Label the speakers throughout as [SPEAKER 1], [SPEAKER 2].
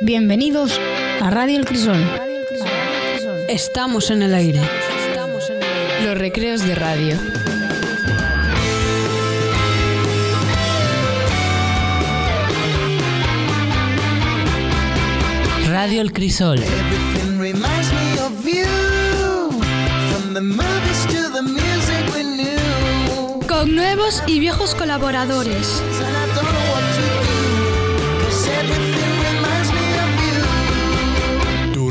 [SPEAKER 1] Bienvenidos a Radio El Crisol.
[SPEAKER 2] Estamos en el aire. Los recreos de radio.
[SPEAKER 3] Radio El Crisol.
[SPEAKER 4] Everything reminds me of you. From the movies to the music we knew.
[SPEAKER 5] Con nuevos y viejos colaboradores.
[SPEAKER 4] And I don't know what to do. 'cause everything reminds me of you.
[SPEAKER 6] Tu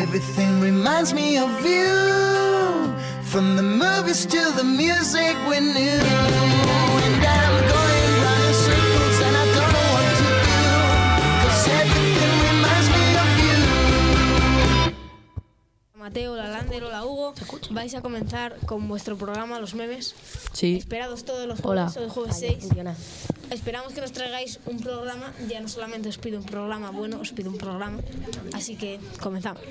[SPEAKER 4] Everything reminds me of you. From the movies to the music we knew. And I'm going round in circles and I don't know what to do. 'Cause everything reminds me of you.
[SPEAKER 7] Mateo, la Lander, hola Hugo. Vais a comenzar con vuestro programa Los Memes.
[SPEAKER 3] Sí.
[SPEAKER 7] Esperados todos los
[SPEAKER 1] Hola.
[SPEAKER 7] jueves, hoy jueves 6. Esperamos que nos traigáis un programa. Ya no solamente os pido un programa bueno, os pido un programa. Así que comenzamos.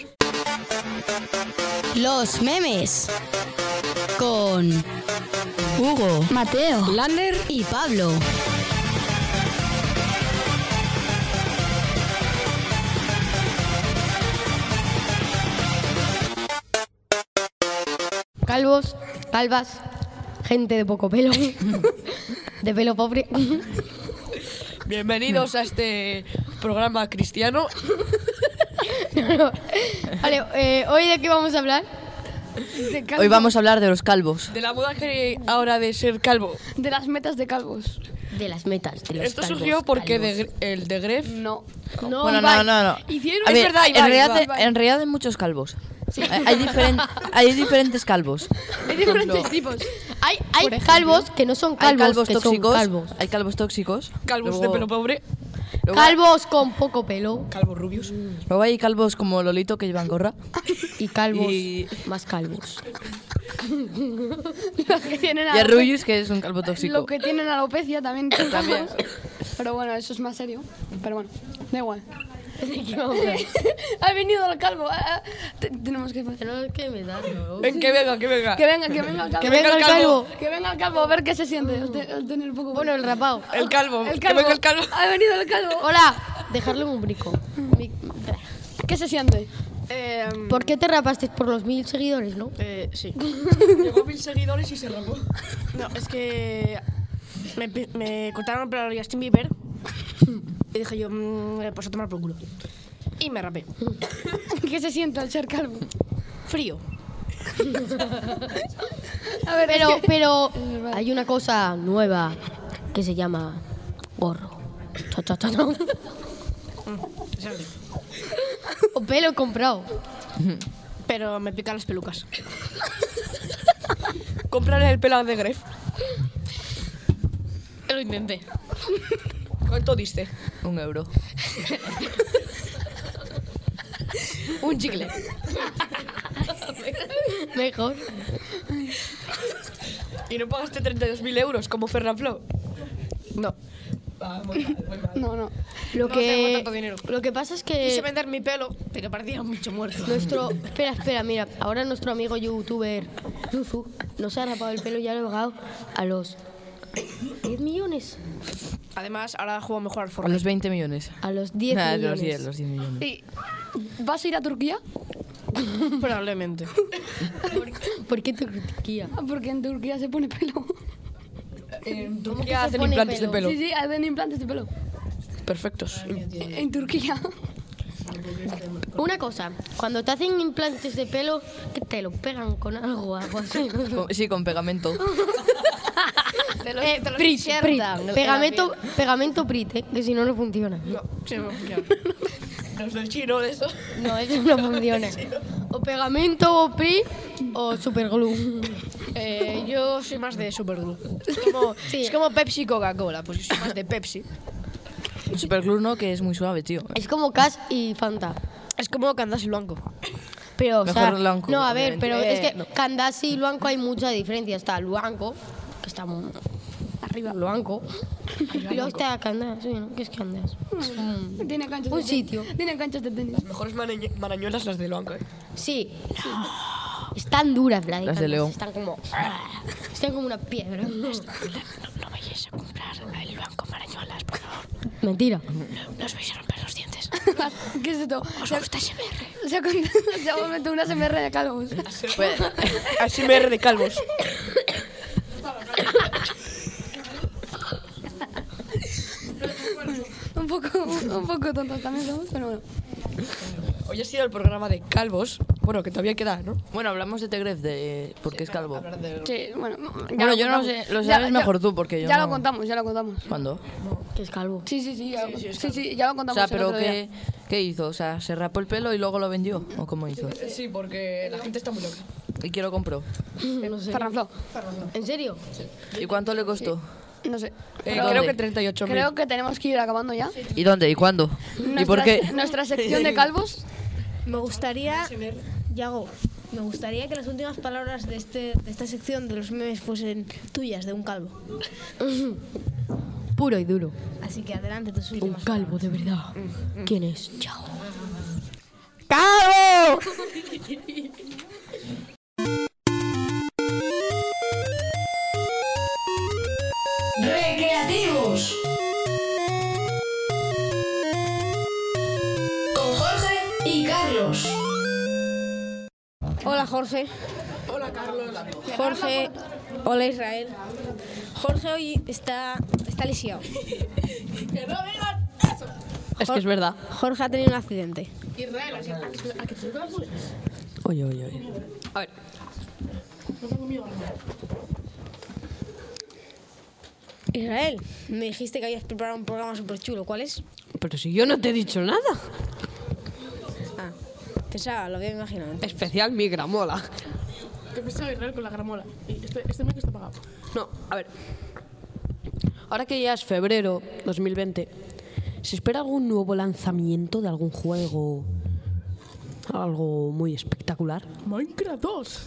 [SPEAKER 1] Los memes. Con Hugo, Mateo, Lander y Pablo.
[SPEAKER 8] Calvos, calvas, gente de poco pelo, de pelo pobre.
[SPEAKER 9] Bienvenidos a este programa cristiano.
[SPEAKER 8] Vale, eh, ¿hoy de qué vamos a hablar? De calvos,
[SPEAKER 9] Hoy vamos a hablar de los calvos.
[SPEAKER 5] De la moda que ahora de ser calvo.
[SPEAKER 8] De las metas de calvos. De las metas, de los
[SPEAKER 9] Esto
[SPEAKER 8] calvos,
[SPEAKER 9] surgió porque de,
[SPEAKER 8] calvos.
[SPEAKER 9] Gre- el de Gref.
[SPEAKER 5] No.
[SPEAKER 9] bueno, no,
[SPEAKER 5] Ibai.
[SPEAKER 9] no, no.
[SPEAKER 5] Hicieron
[SPEAKER 9] A
[SPEAKER 5] es
[SPEAKER 9] ver,
[SPEAKER 5] verdad,
[SPEAKER 9] en,
[SPEAKER 5] Ibai,
[SPEAKER 9] realidad,
[SPEAKER 5] Ibai, Ibai.
[SPEAKER 9] en realidad hay muchos calvos. Hay, hay diferen- hay diferentes calvos.
[SPEAKER 5] Hay diferentes tipos.
[SPEAKER 8] Hay, hay calvos que no son
[SPEAKER 9] hay
[SPEAKER 8] calvos,
[SPEAKER 9] calvos
[SPEAKER 8] que
[SPEAKER 9] tóxicos.
[SPEAKER 8] son calvos.
[SPEAKER 9] Hay calvos tóxicos.
[SPEAKER 5] Calvos de
[SPEAKER 9] Luego-
[SPEAKER 5] pelo pobre.
[SPEAKER 9] luego-
[SPEAKER 8] Calvos con poco pelo
[SPEAKER 5] Calvos rubios.
[SPEAKER 9] Luego hay calvos como Lolito que llevan gorra.
[SPEAKER 8] y calvos
[SPEAKER 9] Y-
[SPEAKER 8] más calvos.
[SPEAKER 5] Que tienen
[SPEAKER 9] Y Arrullius que es un calvo tóxico.
[SPEAKER 5] que tienen alopecia también.
[SPEAKER 9] También.
[SPEAKER 5] Pero bueno, eso es más serio. Pero bueno, da igual.
[SPEAKER 8] ha venido el calvo.
[SPEAKER 5] ah, Tenemos que
[SPEAKER 8] Tenemos que mirarlo.
[SPEAKER 9] Ven, que venga, que venga.
[SPEAKER 5] Que venga, que venga el calvo.
[SPEAKER 8] Que venga el calvo.
[SPEAKER 5] Que venga el calvo a ver qué se siente. al te- al tener poco pelo.
[SPEAKER 8] Bueno, el rapao.
[SPEAKER 9] Ah, El calvo.
[SPEAKER 5] El
[SPEAKER 9] Que venga el calvo.
[SPEAKER 5] Ha venido el calvo.
[SPEAKER 8] Hola, dejarle un brico. Mi-
[SPEAKER 5] ¿Qué se siente?
[SPEAKER 8] ¿Por qué te rapaste por los mil seguidores, no?
[SPEAKER 10] Eh, sí.
[SPEAKER 5] Llegó mil seguidores y se rapó.
[SPEAKER 10] No, es que me, pi- me cortaron el pelo a Justin Bieber y dije yo, mm, pues a tomar por culo. Y me rapé.
[SPEAKER 5] ¿Qué se siente al ser calvo?
[SPEAKER 10] Frío.
[SPEAKER 5] A ver,
[SPEAKER 8] Pero,
[SPEAKER 5] es que-
[SPEAKER 8] pero hay una cosa nueva que se llama gorro. Cha, cha, cha, cha.
[SPEAKER 10] Mm. sangre.
[SPEAKER 8] O pelo comprado.
[SPEAKER 10] Pero me pican las pelucas.
[SPEAKER 9] Comprarle el pelo de Gref.
[SPEAKER 10] Lo intenté.
[SPEAKER 9] ¿Cuánto diste? Un euro.
[SPEAKER 10] Un chicle.
[SPEAKER 8] Mejor.
[SPEAKER 9] Y no pagaste 32.000 euros como Fernanfloo.
[SPEAKER 10] No.
[SPEAKER 5] No, no.
[SPEAKER 8] Lo
[SPEAKER 10] No tengo tanto
[SPEAKER 8] que
[SPEAKER 10] dinero.
[SPEAKER 8] lo que pasa es
[SPEAKER 7] Eh,
[SPEAKER 10] Quise
[SPEAKER 8] que
[SPEAKER 10] vender mi pelo, pero parecía un bicho muerto.
[SPEAKER 8] nuestro espera, espera, mira, ahora nuestro amigo youtuber Luzu nos ha rapado el pelo y ya lo ha bajado a los 10 millones,
[SPEAKER 10] Además, ahora juego mejor al
[SPEAKER 9] A
[SPEAKER 10] Fortnite.
[SPEAKER 9] los 20 millones.
[SPEAKER 8] a los 10
[SPEAKER 9] Nah,
[SPEAKER 8] millones.
[SPEAKER 9] los 10, los 10 millones.
[SPEAKER 5] Sí. ¿Vas a ir a Turquía?
[SPEAKER 10] Probablemente.
[SPEAKER 8] ¿Por qué te critiquía?
[SPEAKER 5] Ah, Porque en Turquía se pone pelo.
[SPEAKER 9] ¿Qué hacen
[SPEAKER 8] pone
[SPEAKER 9] implantes
[SPEAKER 8] pelo?
[SPEAKER 9] de pelo?
[SPEAKER 5] Sí, sí, hacen implantes de pelo.
[SPEAKER 9] Perfectos.
[SPEAKER 5] En Turquía.
[SPEAKER 8] Una cosa, cuando te hacen implantes de pelo, que te lo pegan con algo, algo así.
[SPEAKER 9] Con- sí, con pegamento.
[SPEAKER 8] Te lo, Prit, Prit. Eh, Pegamento, pegamento Prit, eh, que si no, no funciona.
[SPEAKER 10] No, sí, no, claro. No es del chino eso.
[SPEAKER 8] No, eso no funciona. O pegamento o Prit o superglue.
[SPEAKER 10] Eh, yo soy más de Superglue. Es como, es como Pepsi y Coca-Cola, pues yo soy más de Pepsi.
[SPEAKER 9] Superglue no, que es muy suave, tío.
[SPEAKER 8] Es como Cash y Fanta.
[SPEAKER 10] Es como Candace y Blanco.
[SPEAKER 8] Pero, o sea,
[SPEAKER 9] Mejor Luanco,
[SPEAKER 8] no, a ver,
[SPEAKER 9] obviamente.
[SPEAKER 8] pero es que
[SPEAKER 9] Eh, no.
[SPEAKER 8] Candás y Luanco hay mucha diferencia. Está Luanco, que está muy arriba, Luanco. Y luego está Candás, sí, ¿no? ¿Qué es Candás?
[SPEAKER 5] Tiene canchas
[SPEAKER 8] Un
[SPEAKER 5] de tenis.
[SPEAKER 8] sitio.
[SPEAKER 5] Tiene canchas de tenis.
[SPEAKER 10] Mejores marañ- marañuelas las de Blanco, eh.
[SPEAKER 8] Sí. Están duras las de
[SPEAKER 10] Las de
[SPEAKER 8] Candás,
[SPEAKER 10] León.
[SPEAKER 8] Están como... ah, Están como una piedra.
[SPEAKER 10] No vayáis a comprar el Blanco marañuelas, por favor.
[SPEAKER 8] Mentira.
[SPEAKER 10] No os vais a romper los dientes.
[SPEAKER 5] ¿Qué es esto?
[SPEAKER 10] ¿Os gusta SMR?
[SPEAKER 5] Se ha, con- se ha vuelto una SMR de calvos.
[SPEAKER 10] SMR de calvos.
[SPEAKER 5] un poco, un poco tontos también somos, pero bueno.
[SPEAKER 10] Hoy ha sido el programa de calvos. Bueno, que todavía queda, ¿no?
[SPEAKER 9] Bueno, hablamos de Tegref de... porque es calvo.
[SPEAKER 5] Sí, bueno. ya
[SPEAKER 9] Bueno,
[SPEAKER 5] lo
[SPEAKER 9] yo no
[SPEAKER 5] contamos.
[SPEAKER 9] sé, lo
[SPEAKER 5] Ya-
[SPEAKER 9] sabes
[SPEAKER 5] ya-
[SPEAKER 9] mejor tú, porque yo
[SPEAKER 5] Ya
[SPEAKER 9] no-
[SPEAKER 5] lo contamos, ya lo contamos.
[SPEAKER 9] ¿Cuándo?
[SPEAKER 8] Que es calvo.
[SPEAKER 5] Sí, sí, sí, ya, sí, sí, ya lo
[SPEAKER 9] O
[SPEAKER 5] contamos.
[SPEAKER 9] sea, pero
[SPEAKER 5] el otro día.
[SPEAKER 9] ¿qué, ¿qué hizo? O sea, ¿se rapó el pelo y luego lo vendió? ¿O cómo hizo?
[SPEAKER 10] Sí, porque la gente está muy loca.
[SPEAKER 9] ¿Y quién lo compró?
[SPEAKER 8] No sé.
[SPEAKER 5] Ferranfloo.
[SPEAKER 8] ¿En serio?
[SPEAKER 9] ¿Y cuánto le costó?
[SPEAKER 5] No sé.
[SPEAKER 10] Eh,
[SPEAKER 5] Pero-
[SPEAKER 9] creo que
[SPEAKER 10] 38.000.
[SPEAKER 5] Creo que tenemos que ir acabando ya.
[SPEAKER 9] ¿Y dónde? ¿Y cuándo? ¿Y por
[SPEAKER 5] Nuestra-
[SPEAKER 9] qué?
[SPEAKER 5] Nuestra sección de calvos.
[SPEAKER 7] Me gustaría, Yago, me gustaría que las últimas palabras de, este, de esta sección de los memes fuesen tuyas, de un calvo.
[SPEAKER 8] Puro y duro.
[SPEAKER 7] Así que adelante tus
[SPEAKER 8] Un
[SPEAKER 7] últimas
[SPEAKER 8] calvo de verdad. ¿Quién es? Chao.
[SPEAKER 4] ¡Calvo!
[SPEAKER 2] Recreativos. Con Jorge y Carlos.
[SPEAKER 5] Hola, Jorge.
[SPEAKER 10] Hola, Carlos.
[SPEAKER 7] Jorge, hola Israel. Jorge hoy está, está lisiado.
[SPEAKER 9] Es que es verdad.
[SPEAKER 7] Jorge ha tenido un accidente.
[SPEAKER 10] Israel, ¿a qué te
[SPEAKER 9] Oye, oye, oye.
[SPEAKER 10] A ver.
[SPEAKER 7] Israel, me dijiste que habías preparado un programa súper chulo. ¿Cuál es?
[SPEAKER 2] Pero si yo no te he dicho nada.
[SPEAKER 7] Ah, pensaba, lo había imaginado.
[SPEAKER 2] Especial migramola.
[SPEAKER 10] Te pensaba Israel con la gramola. Y este, este micro está apagado.
[SPEAKER 2] No, a ver. Ahora que ya es febrero 2020, ¿se espera algún nuevo lanzamiento de algún juego? Algo muy espectacular.
[SPEAKER 10] Minecraft 2.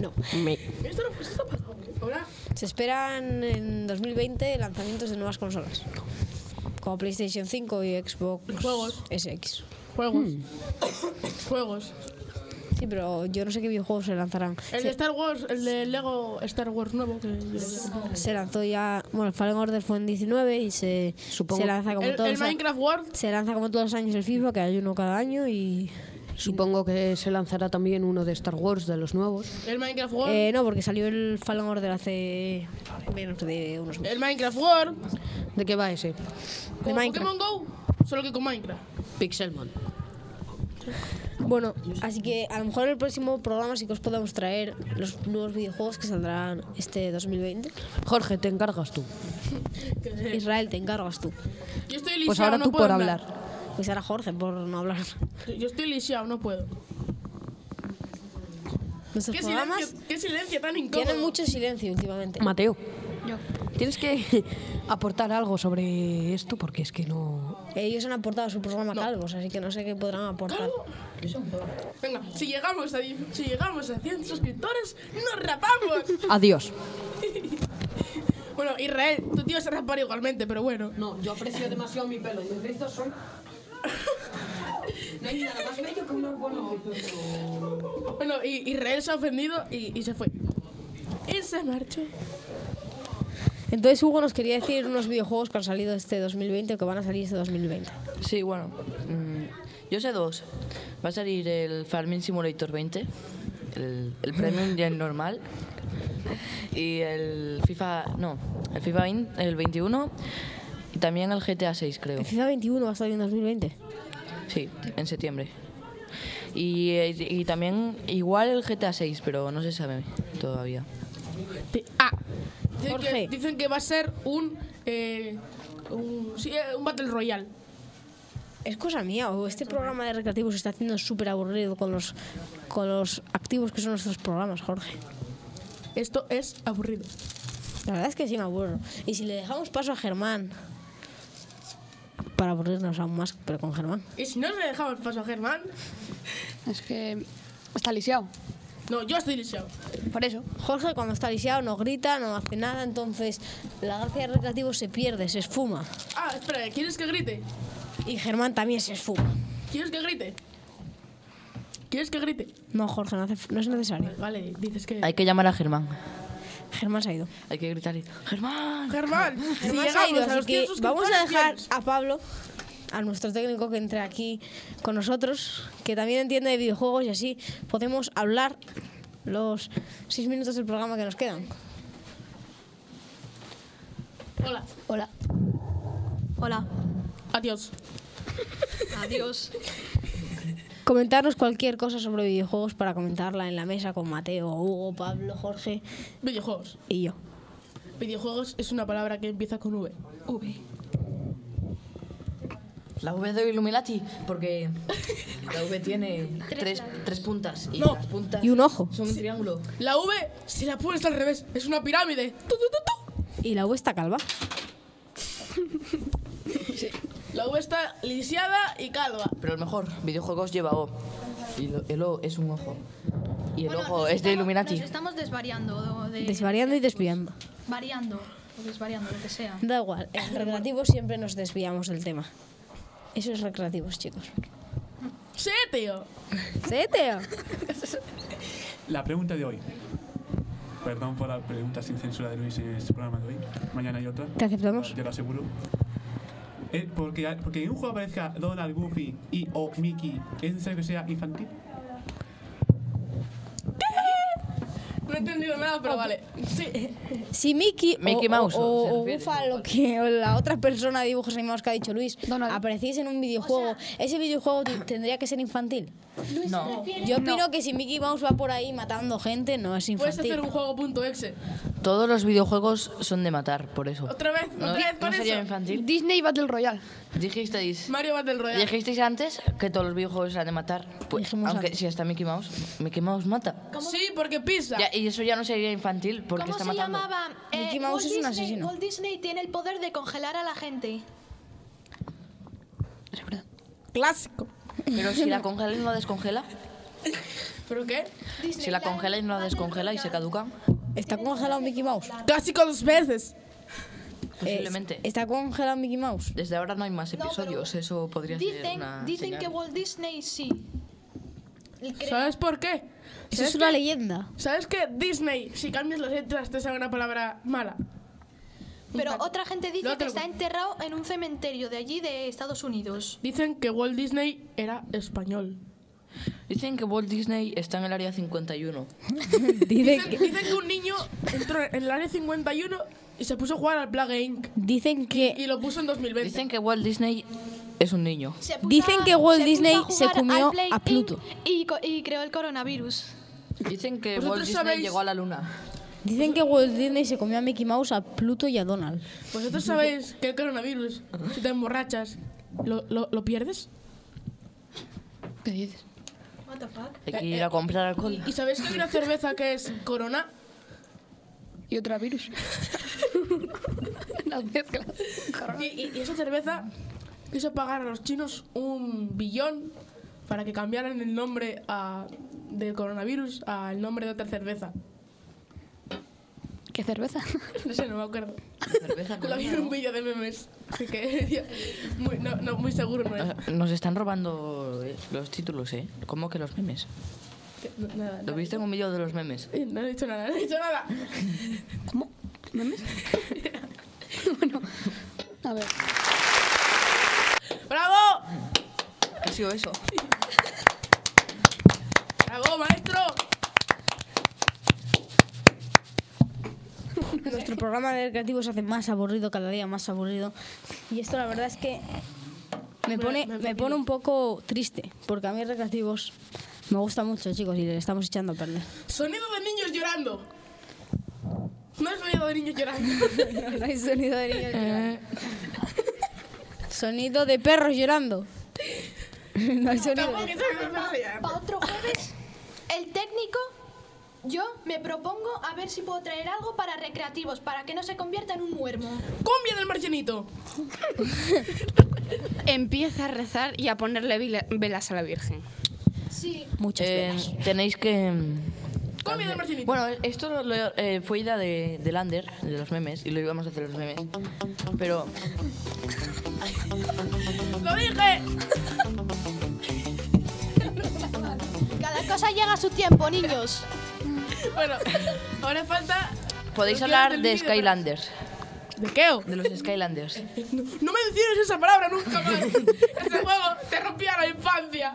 [SPEAKER 7] No.
[SPEAKER 2] Me-
[SPEAKER 10] Esto no pues, está apagado. Hola.
[SPEAKER 7] Se esperan en 2020 lanzamientos de nuevas consolas. Como PlayStation 5 y Xbox
[SPEAKER 10] Juegos.
[SPEAKER 7] SX.
[SPEAKER 10] Juegos.
[SPEAKER 5] Hmm.
[SPEAKER 10] Juegos.
[SPEAKER 7] Sí, pero yo no sé qué videojuegos se lanzarán.
[SPEAKER 10] El de
[SPEAKER 7] Se,
[SPEAKER 10] Star Wars, el de Lego Star Wars nuevo. Que yo lo compré.
[SPEAKER 7] se lanzó ya. Bueno, el Fallen Order fue en 19 y se,
[SPEAKER 2] Supongo-
[SPEAKER 7] se lanza como
[SPEAKER 10] el,
[SPEAKER 7] todos
[SPEAKER 10] el
[SPEAKER 7] los a-
[SPEAKER 10] Minecraft World.
[SPEAKER 7] Se lanza como todos los años el FIFA, que hay uno cada año y. eh,
[SPEAKER 2] Supongo que se lanzará también uno de Star Wars, de los nuevos.
[SPEAKER 10] El Minecraft World.
[SPEAKER 7] Eh, no, porque salió el Fallen Order hace menos de unos meses.
[SPEAKER 10] el Minecraft World.
[SPEAKER 2] ¿De qué va ese?
[SPEAKER 7] De
[SPEAKER 10] Como
[SPEAKER 7] Minecraft.
[SPEAKER 10] Pokémon Go. Solo que con Minecraft.
[SPEAKER 2] Pixelmon.
[SPEAKER 7] Bueno, así que a lo mejor en el próximo programa sí que os podamos traer los nuevos videojuegos que saldrán este 2020.
[SPEAKER 2] Jorge, te encargas tú.
[SPEAKER 7] Israel, te encargas tú.
[SPEAKER 10] Yo estoy lisiado.
[SPEAKER 2] Pues ahora
[SPEAKER 10] no
[SPEAKER 2] tú
[SPEAKER 10] puedo
[SPEAKER 2] por hablar.
[SPEAKER 7] Pues ahora Jorge, por no hablar.
[SPEAKER 10] Yo estoy lisiado, no puedo.
[SPEAKER 7] Nuestros
[SPEAKER 10] ¿Qué
[SPEAKER 7] programas
[SPEAKER 10] silencio, qué silencio tan incómodo.
[SPEAKER 7] tienen mucho silencio últimamente.
[SPEAKER 2] Mateo. Tienes que aportar algo sobre esto porque es que no...
[SPEAKER 7] Ellos han aportado su programa Calvos, así que no sé qué podrán aportar.
[SPEAKER 10] Venga, si llegamos a, die- si llegamos a 100 suscriptores, nos rapamos.
[SPEAKER 2] Adiós.
[SPEAKER 10] bueno, Israel, tu tío se rapará igualmente, pero bueno.
[SPEAKER 2] No, yo aprecio demasiado mi pelo. Mis rizos son... No hay nada más bello que unos buenos
[SPEAKER 10] Bueno, y Israel se ha ofendido y, y se fue. Y se marchó.
[SPEAKER 7] Entonces Hugo nos quería decir unos videojuegos que han salido este 2020 o que van a salir este 2020.
[SPEAKER 9] Sí, bueno. mm, yo sé dos. Va a salir el Farming Simulator 20, el, el Premium ya el normal, y el FIFA, no, el FIFA 20 el 21, y también el GTA 6, creo.
[SPEAKER 7] El FIFA 21 va a salir en 2020.
[SPEAKER 9] Sí, en septiembre. Y, eh, y también igual el GTA 6, pero no se sabe todavía.
[SPEAKER 10] Te- ah,
[SPEAKER 11] Dicen
[SPEAKER 7] Jorge.
[SPEAKER 11] que, dicen que va a ser un, eh, un, sí, eh, un Battle Royale.
[SPEAKER 7] Es cosa mía, o este programa de recreativos está haciendo súper aburrido con los, con los activos que son nuestros programas, Jorge.
[SPEAKER 11] Esto es aburrido.
[SPEAKER 7] La verdad es que sí me aburro. Y si le dejamos paso a Germán, para aburrirnos aún más, pero con Germán.
[SPEAKER 11] ¿Y si no le dejamos paso a Germán? Es que está lisiado. No, yo estoy lisiado.
[SPEAKER 7] Por eso. Jorge cuando está lisiado no grita, no hace nada, entonces la gracia de recreativos se pierde, se esfuma.
[SPEAKER 11] Ah, espera, ¿quieres que grite?
[SPEAKER 7] Y Germán también se esfuma.
[SPEAKER 11] ¿Quieres que grite? ¿Quieres que grite?
[SPEAKER 7] No, Jorge, no, hace- no es necesario.
[SPEAKER 11] Vale, dices que...
[SPEAKER 9] Hay que llamar a Germán.
[SPEAKER 7] Germán se ha ido.
[SPEAKER 9] Hay que gritarle, Germán.
[SPEAKER 11] Germán.
[SPEAKER 7] Se
[SPEAKER 11] Si
[SPEAKER 7] ha
[SPEAKER 11] llegamos
[SPEAKER 7] ido,
[SPEAKER 11] a
[SPEAKER 7] así
[SPEAKER 11] los 100
[SPEAKER 7] que vamos a
[SPEAKER 11] suscriptores,
[SPEAKER 7] dejar a Pablo, a nuestro técnico que entre aquí con nosotros, que también entiende de videojuegos y así podemos hablar los seis minutos del programa que nos quedan.
[SPEAKER 11] Hola.
[SPEAKER 5] Hola. Hola.
[SPEAKER 11] Adiós.
[SPEAKER 5] Adiós.
[SPEAKER 7] Comentarnos cualquier cosa sobre videojuegos para comentarla en la mesa con Mateo, Hugo, Pablo, Jorge
[SPEAKER 11] Videojuegos.
[SPEAKER 7] y yo.
[SPEAKER 11] Videojuegos es una palabra que empieza con V. V.
[SPEAKER 9] La V de Illuminati, porque la V tiene tres, tres puntas. Y
[SPEAKER 11] No.
[SPEAKER 9] las puntas
[SPEAKER 7] Y un ojo.
[SPEAKER 9] Son un triángulo.
[SPEAKER 11] La V, si la pones al revés, es una pirámide. Tu, tu, tu, tu.
[SPEAKER 7] Y la U está calva.
[SPEAKER 11] La V está lisiada y calva.
[SPEAKER 9] Pero el mejor, videojuegos lleva O. Y lo- el O es un ojo. Y el ojo es de Illuminati.
[SPEAKER 12] Nos estamos desvariando. De,
[SPEAKER 7] Desvariando y desviando.
[SPEAKER 12] Variando. O desvariando, lo que sea.
[SPEAKER 7] Da igual, en recreativos siempre nos desviamos del tema. Eso es recreativos, chicos.
[SPEAKER 11] Sí, tío.
[SPEAKER 7] ¿Sí, Teo?
[SPEAKER 13] La pregunta de hoy. Perdón por la pregunta sin censura de Luis en este programa de hoy. Mañana hay otra.
[SPEAKER 7] ¿Te aceptamos?
[SPEAKER 13] Yo lo aseguro. Eh, porque, porque en un juego aparezca Donald, Goofy y o Mickey, ¿es necesario que sea infantil?
[SPEAKER 11] No he entendido nada, pero vale. Sí.
[SPEAKER 7] Si Mickey, o-
[SPEAKER 11] Mickey
[SPEAKER 7] o,
[SPEAKER 11] Mouse,
[SPEAKER 7] o-
[SPEAKER 11] se
[SPEAKER 7] o
[SPEAKER 11] refiere.
[SPEAKER 7] Bufa, lo que o la otra persona de dibujos animados que ha dicho Luis, apareciese en un videojuego, ese videojuego t- tendría que ser infantil.
[SPEAKER 9] No.
[SPEAKER 7] Yo opino que si Mickey Mouse va por ahí matando gente, no es infantil.
[SPEAKER 11] Puedes hacer un juego punto exe.
[SPEAKER 9] Todos los videojuegos son de matar, por eso.
[SPEAKER 11] Otra vez,
[SPEAKER 9] No,
[SPEAKER 11] otra vez
[SPEAKER 9] no
[SPEAKER 11] con
[SPEAKER 9] sería
[SPEAKER 11] eso.
[SPEAKER 9] infantil.
[SPEAKER 11] Disney Battle Royale.
[SPEAKER 9] Dijisteis.
[SPEAKER 11] Mario Battle Royale.
[SPEAKER 9] Dijisteis antes que todos los videojuegos eran de matar. Pues, aunque si hasta Mickey Mouse. Mickey Mouse mata.
[SPEAKER 11] Sí, porque pisa.
[SPEAKER 9] Ya, y eso ya no sería infantil porque
[SPEAKER 12] ¿Cómo
[SPEAKER 9] está
[SPEAKER 12] se
[SPEAKER 9] matando.
[SPEAKER 12] llamaba? Eh,
[SPEAKER 7] Mickey Mouse
[SPEAKER 12] Walt
[SPEAKER 7] es un
[SPEAKER 12] Disney-
[SPEAKER 7] asesino.
[SPEAKER 12] Walt Disney tiene el poder de congelar a la gente.
[SPEAKER 11] Clásico.
[SPEAKER 9] Pero si la congela y no la descongela.
[SPEAKER 11] ¿Pero qué?
[SPEAKER 9] Si la congela y no la descongela y se caduca.
[SPEAKER 7] ¿Está congelado Mickey Mouse?
[SPEAKER 11] Clásico dos veces.
[SPEAKER 9] Posiblemente.
[SPEAKER 7] ¿Está congelado Mickey Mouse?
[SPEAKER 9] Desde ahora no hay más
[SPEAKER 12] No,
[SPEAKER 9] episodios. Eso podría ser
[SPEAKER 12] Dicen,
[SPEAKER 9] una
[SPEAKER 12] dicen
[SPEAKER 9] señal.
[SPEAKER 12] que Walt Disney sí. Y creo-
[SPEAKER 11] ¿Sabes por qué?
[SPEAKER 7] Eso
[SPEAKER 11] ¿Sabes
[SPEAKER 7] es una
[SPEAKER 11] qué?
[SPEAKER 7] leyenda.
[SPEAKER 11] ¿Sabes qué? Disney, si cambias las letras te sale una palabra mala.
[SPEAKER 12] Pero otra gente dice
[SPEAKER 11] Luego
[SPEAKER 12] que
[SPEAKER 11] te lo
[SPEAKER 12] está
[SPEAKER 11] cuento.
[SPEAKER 12] enterrado en un cementerio de allí de Estados Unidos.
[SPEAKER 11] Dicen que Walt Disney era español.
[SPEAKER 9] Dicen que Walt Disney está en el área 51.
[SPEAKER 11] Dicen, dicen que un niño entró en el área 51 y se puso a jugar al Plague Inc.
[SPEAKER 7] Dicen que.
[SPEAKER 11] Y, y lo puso en 2020.
[SPEAKER 9] Dicen que Walt Disney es un niño.
[SPEAKER 7] Dicen que Walt Disney se comió a
[SPEAKER 12] Pluto. Y, co- y creó el coronavirus.
[SPEAKER 9] Dicen que
[SPEAKER 12] ¿Vosotros
[SPEAKER 9] Walt Disney
[SPEAKER 12] sabéis-
[SPEAKER 9] llegó a la luna.
[SPEAKER 7] Dicen que Walt Disney se comió a Mickey Mouse, a Pluto y a Donald.
[SPEAKER 11] ¿Vosotros sabéis que el coronavirus, si te emborrachas, lo, lo- lo pierdes?
[SPEAKER 9] ¿Qué dices?
[SPEAKER 12] What the fuck?
[SPEAKER 9] Hay que ir a comprar alcohol.
[SPEAKER 11] ¿Y sabéis que hay una cerveza que es corona?
[SPEAKER 12] Y otra virus.
[SPEAKER 11] Las mezclas. Y, y- y esa cerveza quiso pagar a los chinos un billón para que cambiaran el nombre a- del coronavirus al nombre de otra cerveza.
[SPEAKER 5] ¿Qué cerveza?
[SPEAKER 11] No sé, no me acuerdo.
[SPEAKER 9] cerveza
[SPEAKER 11] Lo vi en un vídeo de memes. Así que, tío, muy, no, no, muy seguro no es.
[SPEAKER 9] Nos están robando eh, los títulos, ¿eh? ¿Cómo que los memes?
[SPEAKER 11] No, nada,
[SPEAKER 9] ¿Lo
[SPEAKER 11] nada.
[SPEAKER 9] viste en un vídeo de los memes?
[SPEAKER 11] Eh, No he dicho nada, no he dicho nada. ¿Cómo? ¿Memes?
[SPEAKER 5] A ver.
[SPEAKER 11] ¡Bravo!
[SPEAKER 9] ¿Qué ha sido eso?
[SPEAKER 11] ¡Bravo, maestro!
[SPEAKER 7] Nuestro programa de recreativos se hace más aburrido, cada día más aburrido. Y esto la verdad es que me pone, me pone un poco triste, porque a mí recreativos me gusta mucho, chicos, y le estamos echando a perder.
[SPEAKER 11] Sonido de niños llorando.
[SPEAKER 7] No hay sonido de niños llorando.
[SPEAKER 11] No hay sonido de niños
[SPEAKER 7] Eh.
[SPEAKER 11] llorando. Sonido de perros llorando. No hay sonido.
[SPEAKER 8] Para otro jueves, el técnico, yo me propongo a ver si puedo traer algo para recreativos, para que no se convierta en un muermo.
[SPEAKER 7] ¡Cumbia del marcianito!
[SPEAKER 5] Empieza a rezar y a ponerle vila- velas a la Virgen.
[SPEAKER 8] Sí.
[SPEAKER 9] Muchas Em, Tenéis que... mm,
[SPEAKER 7] Comida, Marcelito.
[SPEAKER 9] Bueno, esto lo- lo- eh, fue idea de, de Lander, de los memes, y lo íbamos a hacer los memes. Pero
[SPEAKER 7] ¡Lo dije!
[SPEAKER 8] Cada cosa llega a su tiempo, niños.
[SPEAKER 7] Bueno, ahora falta.
[SPEAKER 9] podéis
[SPEAKER 7] Los
[SPEAKER 9] hablar
[SPEAKER 7] guiones
[SPEAKER 9] de
[SPEAKER 7] del vídeo,
[SPEAKER 9] Skylanders.
[SPEAKER 7] ¿De qué?
[SPEAKER 9] De los Skylanders.
[SPEAKER 7] No menciones esa palabra nunca más. Ese juego te rompía la infancia.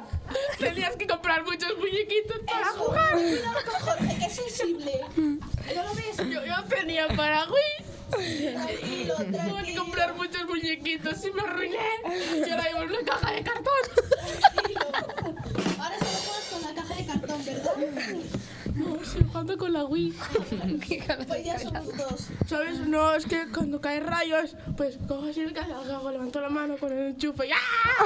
[SPEAKER 7] Tenías que comprar muchos muñequitos para jugar.
[SPEAKER 8] Cuidado con Jorge, que es sensible. ¿No lo ves?
[SPEAKER 7] Yo, yo tenía para Wii. Tuve que comprar muchos muñequitos y me arruiné. Y ahora llevo una caja de cartón.
[SPEAKER 8] Ahora solo juegas con la caja de cartón, ¿verdad?
[SPEAKER 7] No, estoy jugando con la Wii.
[SPEAKER 8] Pues ya somos dos.
[SPEAKER 7] ¿Sabes? No, es que cuando caen rayos, pues cojo así el cago, levanto la mano con el enchufe y ¡ah!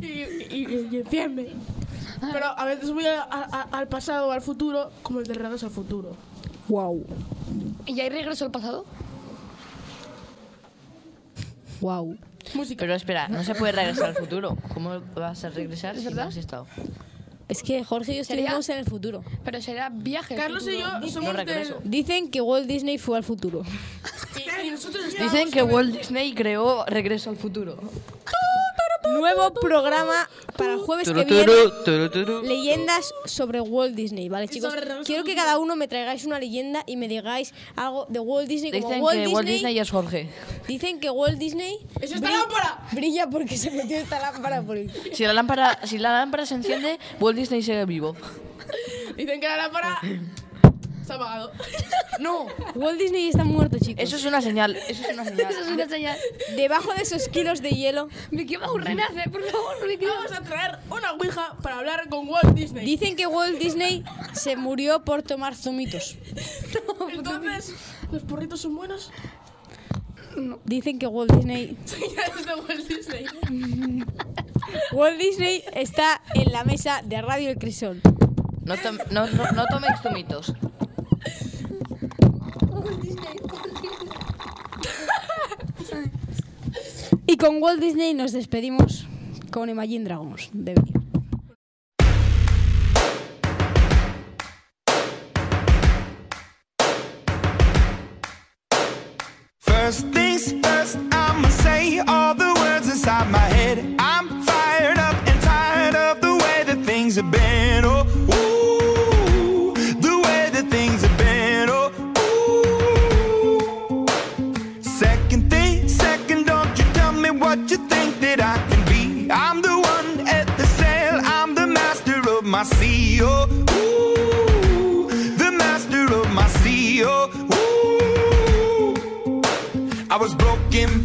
[SPEAKER 7] y, y, y enciende. Pero a veces voy a- a- a- al pasado o al futuro, como el de Redos al futuro. ¡Wow!
[SPEAKER 14] ¿Y hay regreso al pasado?
[SPEAKER 7] ¡Wow! Música.
[SPEAKER 9] Pero espera, no se puede regresar al futuro. ¿Cómo vas a regresar si no has estado?
[SPEAKER 11] Es que Jorge y yo
[SPEAKER 14] Sería-
[SPEAKER 11] estuvimos en el futuro.
[SPEAKER 14] Pero será viaje. al
[SPEAKER 7] Carlos y
[SPEAKER 14] futuro.
[SPEAKER 7] yo somos
[SPEAKER 9] No regreso.
[SPEAKER 7] del-
[SPEAKER 11] Dicen que Walt Disney fue al futuro.
[SPEAKER 7] Y, y nosotros
[SPEAKER 9] Dicen que Walt Disney creó Regreso al futuro.
[SPEAKER 11] Nuevo programa para el jueves que viene. Leyendas sobre Walt Disney, ¿vale, chicos? Quiero que cada uno me traigáis una leyenda y me digáis algo de Walt Disney. Como
[SPEAKER 9] Dicen
[SPEAKER 11] Walt
[SPEAKER 9] que
[SPEAKER 11] Disney,
[SPEAKER 9] Walt Disney es Jorge.
[SPEAKER 11] Dicen que Walt Disney...
[SPEAKER 7] ¡Es esta
[SPEAKER 11] brilla-
[SPEAKER 7] lámpara!
[SPEAKER 11] Brilla porque se metió esta lámpara por el...
[SPEAKER 9] Si la lámpara, si la lámpara se enciende, Walt Disney sigue vivo.
[SPEAKER 7] Dicen que la lámpara se ha apagado.
[SPEAKER 11] No, Walt Disney está muerto, chicos.
[SPEAKER 9] Eso es una señal. Eso es una señal.
[SPEAKER 14] Eso es una señal.
[SPEAKER 11] Debajo de esos kilos de hielo...
[SPEAKER 14] Me quiero un renace, por favor. Me quiero...
[SPEAKER 7] Vamos a traer una ouija para hablar con Walt Disney.
[SPEAKER 11] Dicen que Walt Disney se murió por tomar zumitos.
[SPEAKER 7] Entonces, ¿los porritos son buenos?
[SPEAKER 11] Dicen que Walt Disney...
[SPEAKER 7] Señales de Walt Disney.
[SPEAKER 11] Walt Disney está en la mesa de Radio El Crisol.
[SPEAKER 9] No, tom- no, no, no toméis tumitos.
[SPEAKER 11] Y con Walt Disney nos despedimos con Imagine Dragons de venir.
[SPEAKER 4] First things first, I'ma say all the words inside my head. I'm fired up and tired of the way that things have been. Oh, ooh, the way that things have been. Oh, ooh. Second thing, second, don't you tell me what you think that I can be. I'm the one at the sail, I'm the master of my sea. Oh, ooh, the master of my sea. Oh, ooh. I was broken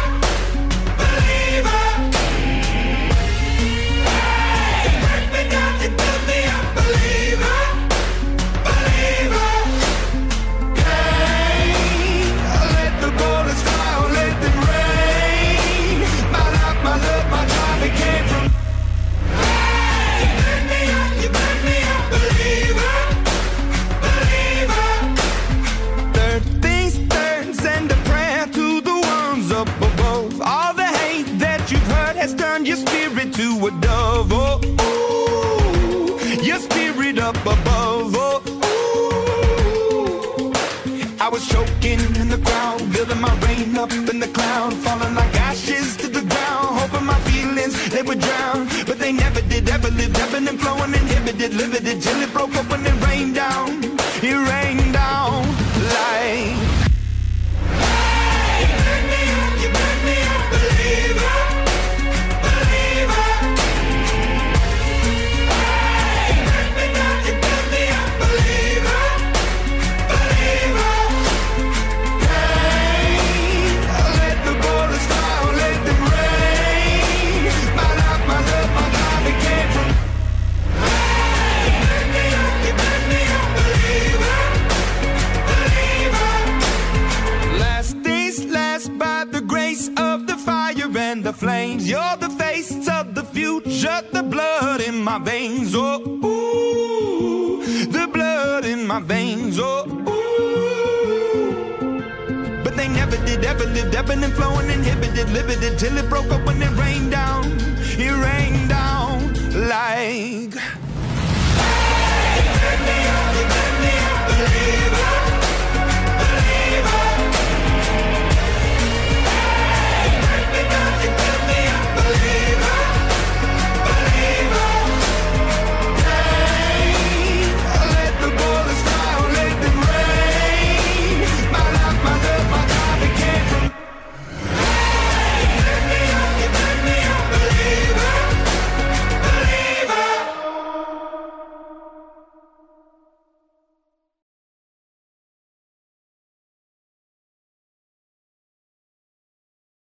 [SPEAKER 4] believer. Hey, you break me down, you build me up, believer. Believer, hey, let the bullets fly or let them rain. My life, my love, my drive, it came from. Hey, you make me up, you make me a believer, believer. Third things third, send a prayer to the ones up above. All the hate that you've heard has turned your spirit to a dove. Oh, ooh, your spirit up above. Oh, ooh. I was choking in the crowd, building my rain up in the cloud, falling like ashes to the ground. Hoping my feelings they would drown, but they never did. Ever lived, ebbing and flowing, inhibited, limited till it broke open and rained down. It rained down like. Hey, you make me up, you make me a believer, believer. Hey, my veins, oh ooh, the blood in my veins, oh ooh. But they never did, ever lived, ebbing and flowing, inhibited, limited, till it broke up when it rained down. It rained down like.